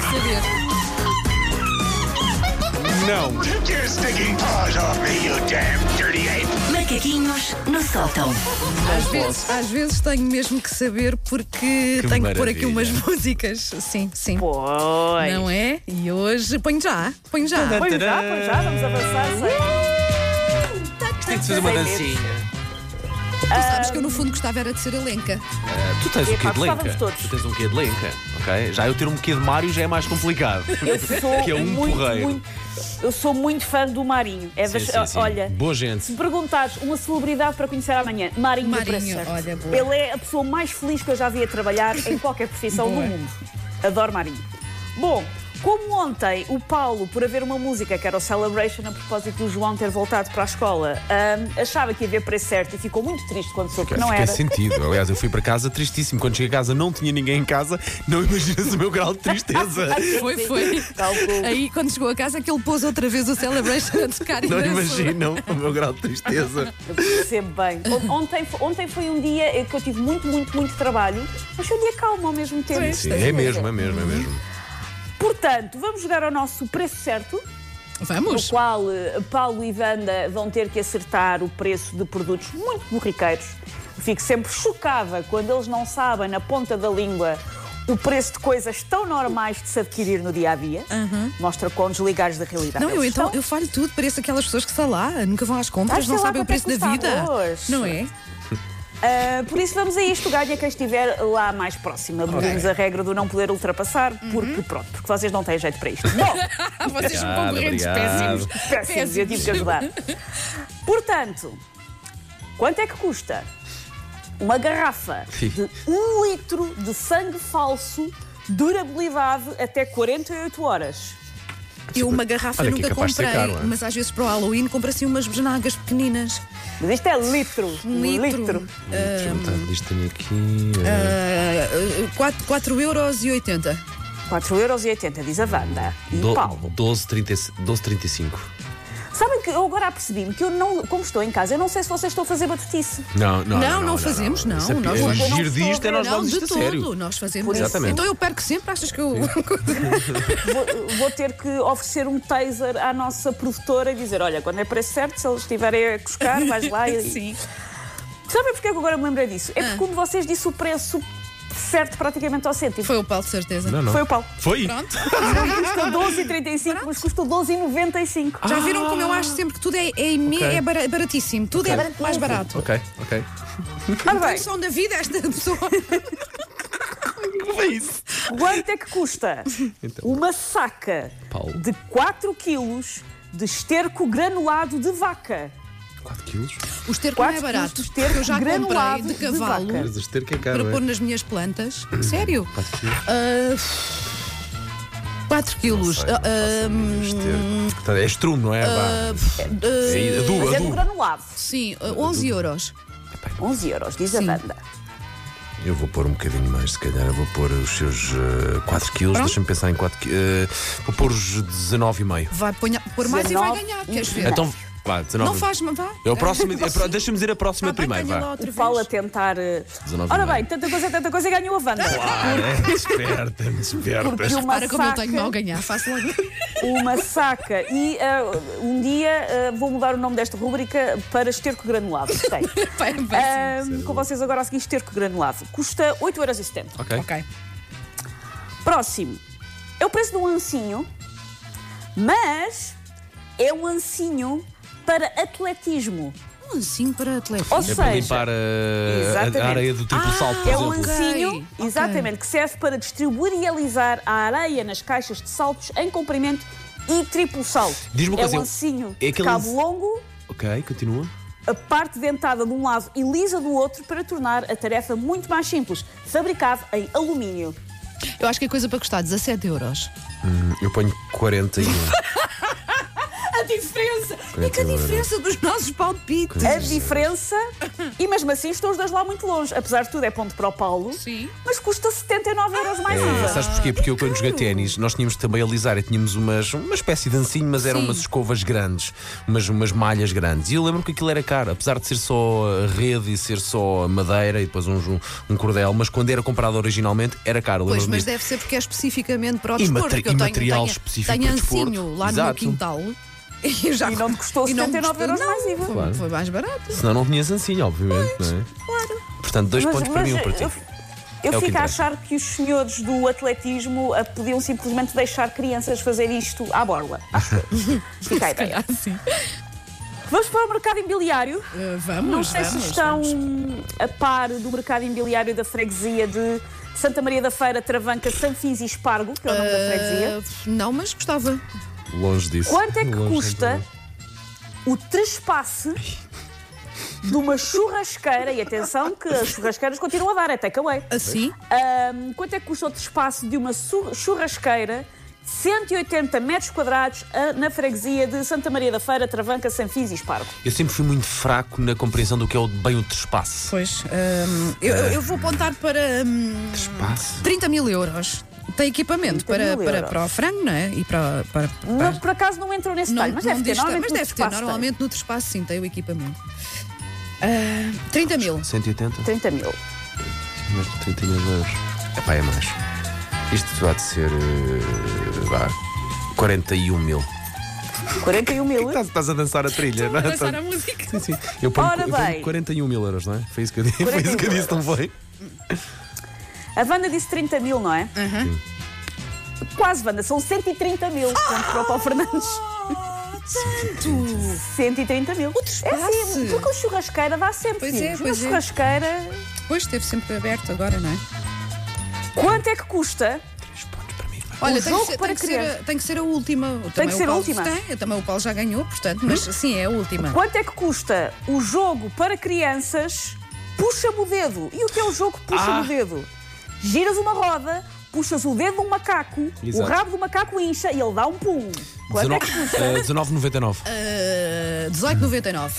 saber. Não. Take your stinking paws off me, you damn dirty ape! Macaquinhos no sótão. Às vezes, às vezes tenho mesmo que saber porque Que tenho que pôr aqui maravilha. umas músicas. Sim, sim. Pois. Não é? E hoje ponho já, ponho já. Pois já, pois já, vamos avançar. Sem... Tem de fazer uma dancinha. Tu sabes que eu no fundo gostava era de ser elenca. Ah, tu tens um quê Epá, de lenca. gostávamos todos. Tu tens um quê de lenca, ok? Já eu ter um quê de Mário já é mais complicado. Eu sou que é um muito, porreiro. muito, eu sou muito fã do Marinho. É Sim, das- sim, sim. Olha, Boa se gente. me perguntares uma celebridade para conhecer amanhã, Marinho, Marinho, para certo. olha, boa. Ele é a pessoa mais feliz que eu já vi a trabalhar em qualquer profissão do Boa. mundo. Adoro Marinho. Bom, como ontem o Paulo, por haver uma música que era o Celebration, a propósito do João ter voltado para a escola, hum, achava que ia ver preço certo e ficou muito triste quando soube que não Fiquei era. sentido. Aliás, eu fui para casa tristíssimo. Quando cheguei a casa não tinha ninguém em casa. Não imaginas o meu grau de tristeza. Foi, foi. Calculo. Aí quando chegou a casa que ele pôs outra vez o Celebration a tocar e Não dançou. imaginam o meu grau de tristeza. Eu percebo bem. On- Ontem, fo- ontem foi um dia eh, que eu tive muito, muito, muito trabalho, mas foi um dia calmo ao mesmo tempo. Sim, é mesmo, é mesmo, é mesmo. Portanto, vamos jogar ao nosso preço certo, no Vamos. qual eh, Paulo e Wanda vão ter que acertar o preço de produtos muito borriqueiros. Fico sempre chocada quando eles não sabem, na ponta da língua, o preço de coisas tão normais de se adquirir no dia a dia. Mostra quão desligares da realidade. Não, eu eles então estão. eu falho tudo, pareço aquelas pessoas que, sei lá, nunca vão às compras, Ah, não sei lá sabem o quanto é preço que da vida. custa arroz. Não é? Uh, por isso vamos a isto, ganha quem estiver lá mais próximo. Abolimos a regra do não poder ultrapassar, Uhum. porque pronto, porque vocês não têm jeito para isto. Bom, Ah, Vocês são Obrigado, concorrentes obrigado. péssimos. péssimos, eu tive que ajudar. Portanto, quanto é que custa uma garrafa de um litro de sangue falso, durabilidade até 48 horas? Eu uma garrafa Olha, que é nunca capaz de ser comprei, caro, é? mas às vezes para o Halloween compro assim umas besnagas pequeninas. Mas isto é litro. Um litro. Deixa eu botar isto tenho aqui. eh, 4,80 euros. E 80. 4,80€, diz a Wanda. E do- Paulo. 12,30 12,35. Sabem que eu agora apercebi-me que eu não, como estou em casa, eu não sei se vocês estão a fazer batutice. Não, não, Não, não fazemos, não, Isso é nós pi- não- o Eu não giro sou disto é nós não, vamos de isto a todo, sério. nós fazemos Por isso. Exatamente. Então eu perco sempre, achas que eu. Vou, vou ter que oferecer um taser à nossa produtora e dizer: olha, quando é preço certo, se eles estiverem a cuscar, vais lá e. Sim. Ah. Sabem porque é que agora me lembrei disso? É porque, como vocês disse, o preço certo praticamente ao cêntimo. Foi o Paulo, de certeza. Ah, Não, não. Foi o Paulo. Foi? Pronto. Custou 12,35, mas custou 12,95. Já viram como eu acho sempre que tudo é, é, ime- Ok. é bara- baratíssimo, tudo é mais barato. Ok, ok. Ora bem, São da vida esta pessoa. Foi isso. quanto é que custa Então. uma saca Paulo. de 4 quilos de esterco granulado de vaca? 4 quilos? O esterco não é Quatro barato. quilos de esterco eu já comprei granulado de de cavalo vaca. Mas ter que é para caro. pôr nas minhas plantas. Hum. Sério? 4 quilos. Ah, ah, É estrume, não é? Vá. É Mas adubo, é do adubo. granulado. sim, ah, 11 euros. 11 euros, diz a Sim. Wanda. Eu vou pôr um bocadinho mais, se calhar. Eu vou pôr os seus 4 quilos. Pronto. Deixa-me pensar em 4 quilos. Vou pôr os 19,5. Vai ponha- pôr mais e vai 19. ganhar, queres ver? Então, vá, 19. Não faz, mas vá. É o próximo. é pro- Deixa-me dizer a próxima Tá bem, primeiro, ganha lá vá. outra O Paulo a vez. tentar. eh, 19,5. Ora bem, tanta coisa, tanta coisa e ganhou a Wanda. Ah, esperta, esperta. Porque uma Para como eu saca, tenho mal ganhar, faço logo. uma saca. E ah, um dia ah, vou mudar o nome desta rúbrica para esterco granulado. Tem. Vai, vai sim. Ah, com vocês agora a seguir, esterco granulado. Custa 8,70€. Ok. Ok. Próximo. É o preço de um ancinho, mas é um ancinho para atletismo. Um ancinho para Ou telefone. É para seja, limpar a- a, Exatamente. a areia do triplo salto, por É um exemplo. Ok, ancinho, ok. exatamente, que serve para distribuir e alisar a areia nas caixas de saltos em comprimento e triplo salto. Diz-me uma é coisa, um ancinho é de aquele cabo anci- longo, Ok, continua. a parte dentada de um lado e lisa do outro para tornar a tarefa muito mais simples. Fabricado em alumínio. Eu é um. acho que a coisa para custar 17 euros. Eu ponho 41. diferença! E é que a diferença dos nossos palpites! A diferença, e mesmo assim estão os dois lá muito longe. Apesar de tudo, é ponto para o Paulo. Sim. Mas custa 79 euros mais É, IVA. sabes porquê? Porque eu quando joguei claro. ténis, nós tínhamos também a lisar e tínhamos umas, uma espécie de ancinho, mas eram Sim. umas escovas grandes, umas, umas malhas grandes. E eu lembro que aquilo era caro, apesar de ser só eh, rede e ser só madeira e depois um, ju- um cordel, mas quando era comprado originalmente era caro. Pois, lembro-me mas disso. deve ser porque é especificamente para o E desporto. materi- que eu e tenho, material tenho, específico tenho para o desporto. ancinho lá no meu Exato. quintal. E, eu já, E não te custou e não me 79 euros não, mais IVA. Foi, Claro. foi mais barato. Senão não tinhas ancinho, obviamente, não é? Claro. Portanto, dois pontos para mim e um para ti. eu- Eu, É o que fico a interessa. achar que os senhores do atletismo ah, podiam simplesmente deixar crianças fazer isto à borla. Acho eu. Fica a ideia. sim. Vamos para o mercado imobiliário. Uh, vamos, Não sei se vamos, estão vamos. a par do mercado imobiliário da freguesia de Santa Maria da Feira, Travanca, Sanfins e Espargo, que é o nome da freguesia. Uh, não, mas gostava. Longe disso. Quanto é que Longe custa disso. o trespasse de uma churrasqueira? E atenção que as churrasqueiras continuam a dar, é takeaway. Assim? Ahm, quanto é que custa o espaço de uma su- churrasqueira de 180 metros quadrados ah, na freguesia de Santa Maria da Feira, Travanca, Sanfins e Espargo? Eu sempre fui muito fraco na compreensão do que é o bem o trespasse. Pois. hum, eu, eu vou apontar para hum, Trespasse? 30 mil euros. Tem equipamento 30 para, mil para, euros. para o frango, não é? E para. para, para- Não, por acaso não entrou nesse detalhe, mas deve ter, diz- normalmente é. mas no deve ter. trespasse tem. Normalmente no trespasso, sim, tem o equipamento. Ah, 30 mil. 180? 30 mil. Mas 30 mil euros. Epá, é mais. Isto há de ser. eh, vá. 41 mil. 41 mil. É Estás, estás a dançar a trilha, não é? a música. Sim, sim. Eu ponho, Ora eu ponho bem. 41 mil euros, não é? Foi isso que eu disse, foi isso que eu 41 disse não foi? A Wanda disse 30 mil, não é? Quase, Wanda, são 130 mil. Ah! Portanto, para o Paulo Fernandes. Tanto! 130 mil. O É espaço. sim, porque a churrasqueira dá sempre. Pois filhos. é, pois é. Uma churrasqueira. Pois esteve sempre aberto agora, Um não é? Quanto é que custa? é? Olha, tem O que, jogo ser, para tem, que ser a, criança. tem que ser a última. Também que o ser a Paulo- última. Hum? Tem, também o Paulo já ganhou, portanto, mas sim, é a última. Quanto é que custa o jogo para crianças puxa-me o dedo? E o que é o jogo puxa-me o dedo? Giras uma roda, puxas o dedo de um macaco, Exato. o rabo do macaco incha e ele dá um pum. Quanto é que custa? 19,99. 19,99. Ah, 18,99.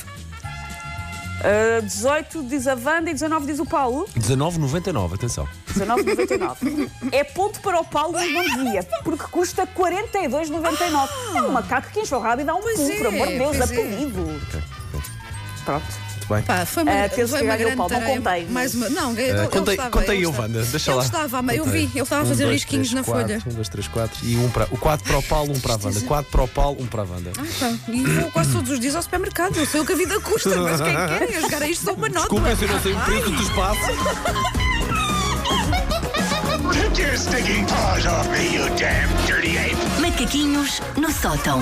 Ah, 18 diz a Wanda e 19 diz o Paulo. 19,99, atenção. 19,99. é ponto para o Paulo e não devia, porque custa 42,99. É um macaco que enche o rabo e dá um Pois pum, é, por amor de Deus, pois é. apelido. Pronto. Muito bem. Pá, foi uma, Ah, penso foi que uma ganhou grande o Paulo, não tarefa. contei, mas- Mais uma. Não, ele, ele É, contei, estava, contei ele eu, estava. Wanda, deixa ele lá. Estava, mas eu vi, Contei. Um, ele estava a fazer dois, risquinhos três, na quatro, folha. Um, dois, três, quatro e um para. O quatro para o Paulo, um para a Wanda. Quatro para o Paulo, um para a Wanda. Ah, pá, e vou quase todos os dias ao supermercado. Eu sei o que a vida custa, mas quem quer? Eu jogar a isto só uma nota. Desculpa se eu não sei o preço do espaço. Take your stinking paws off me, you damn dirty ape! Macaquinhos no sótão.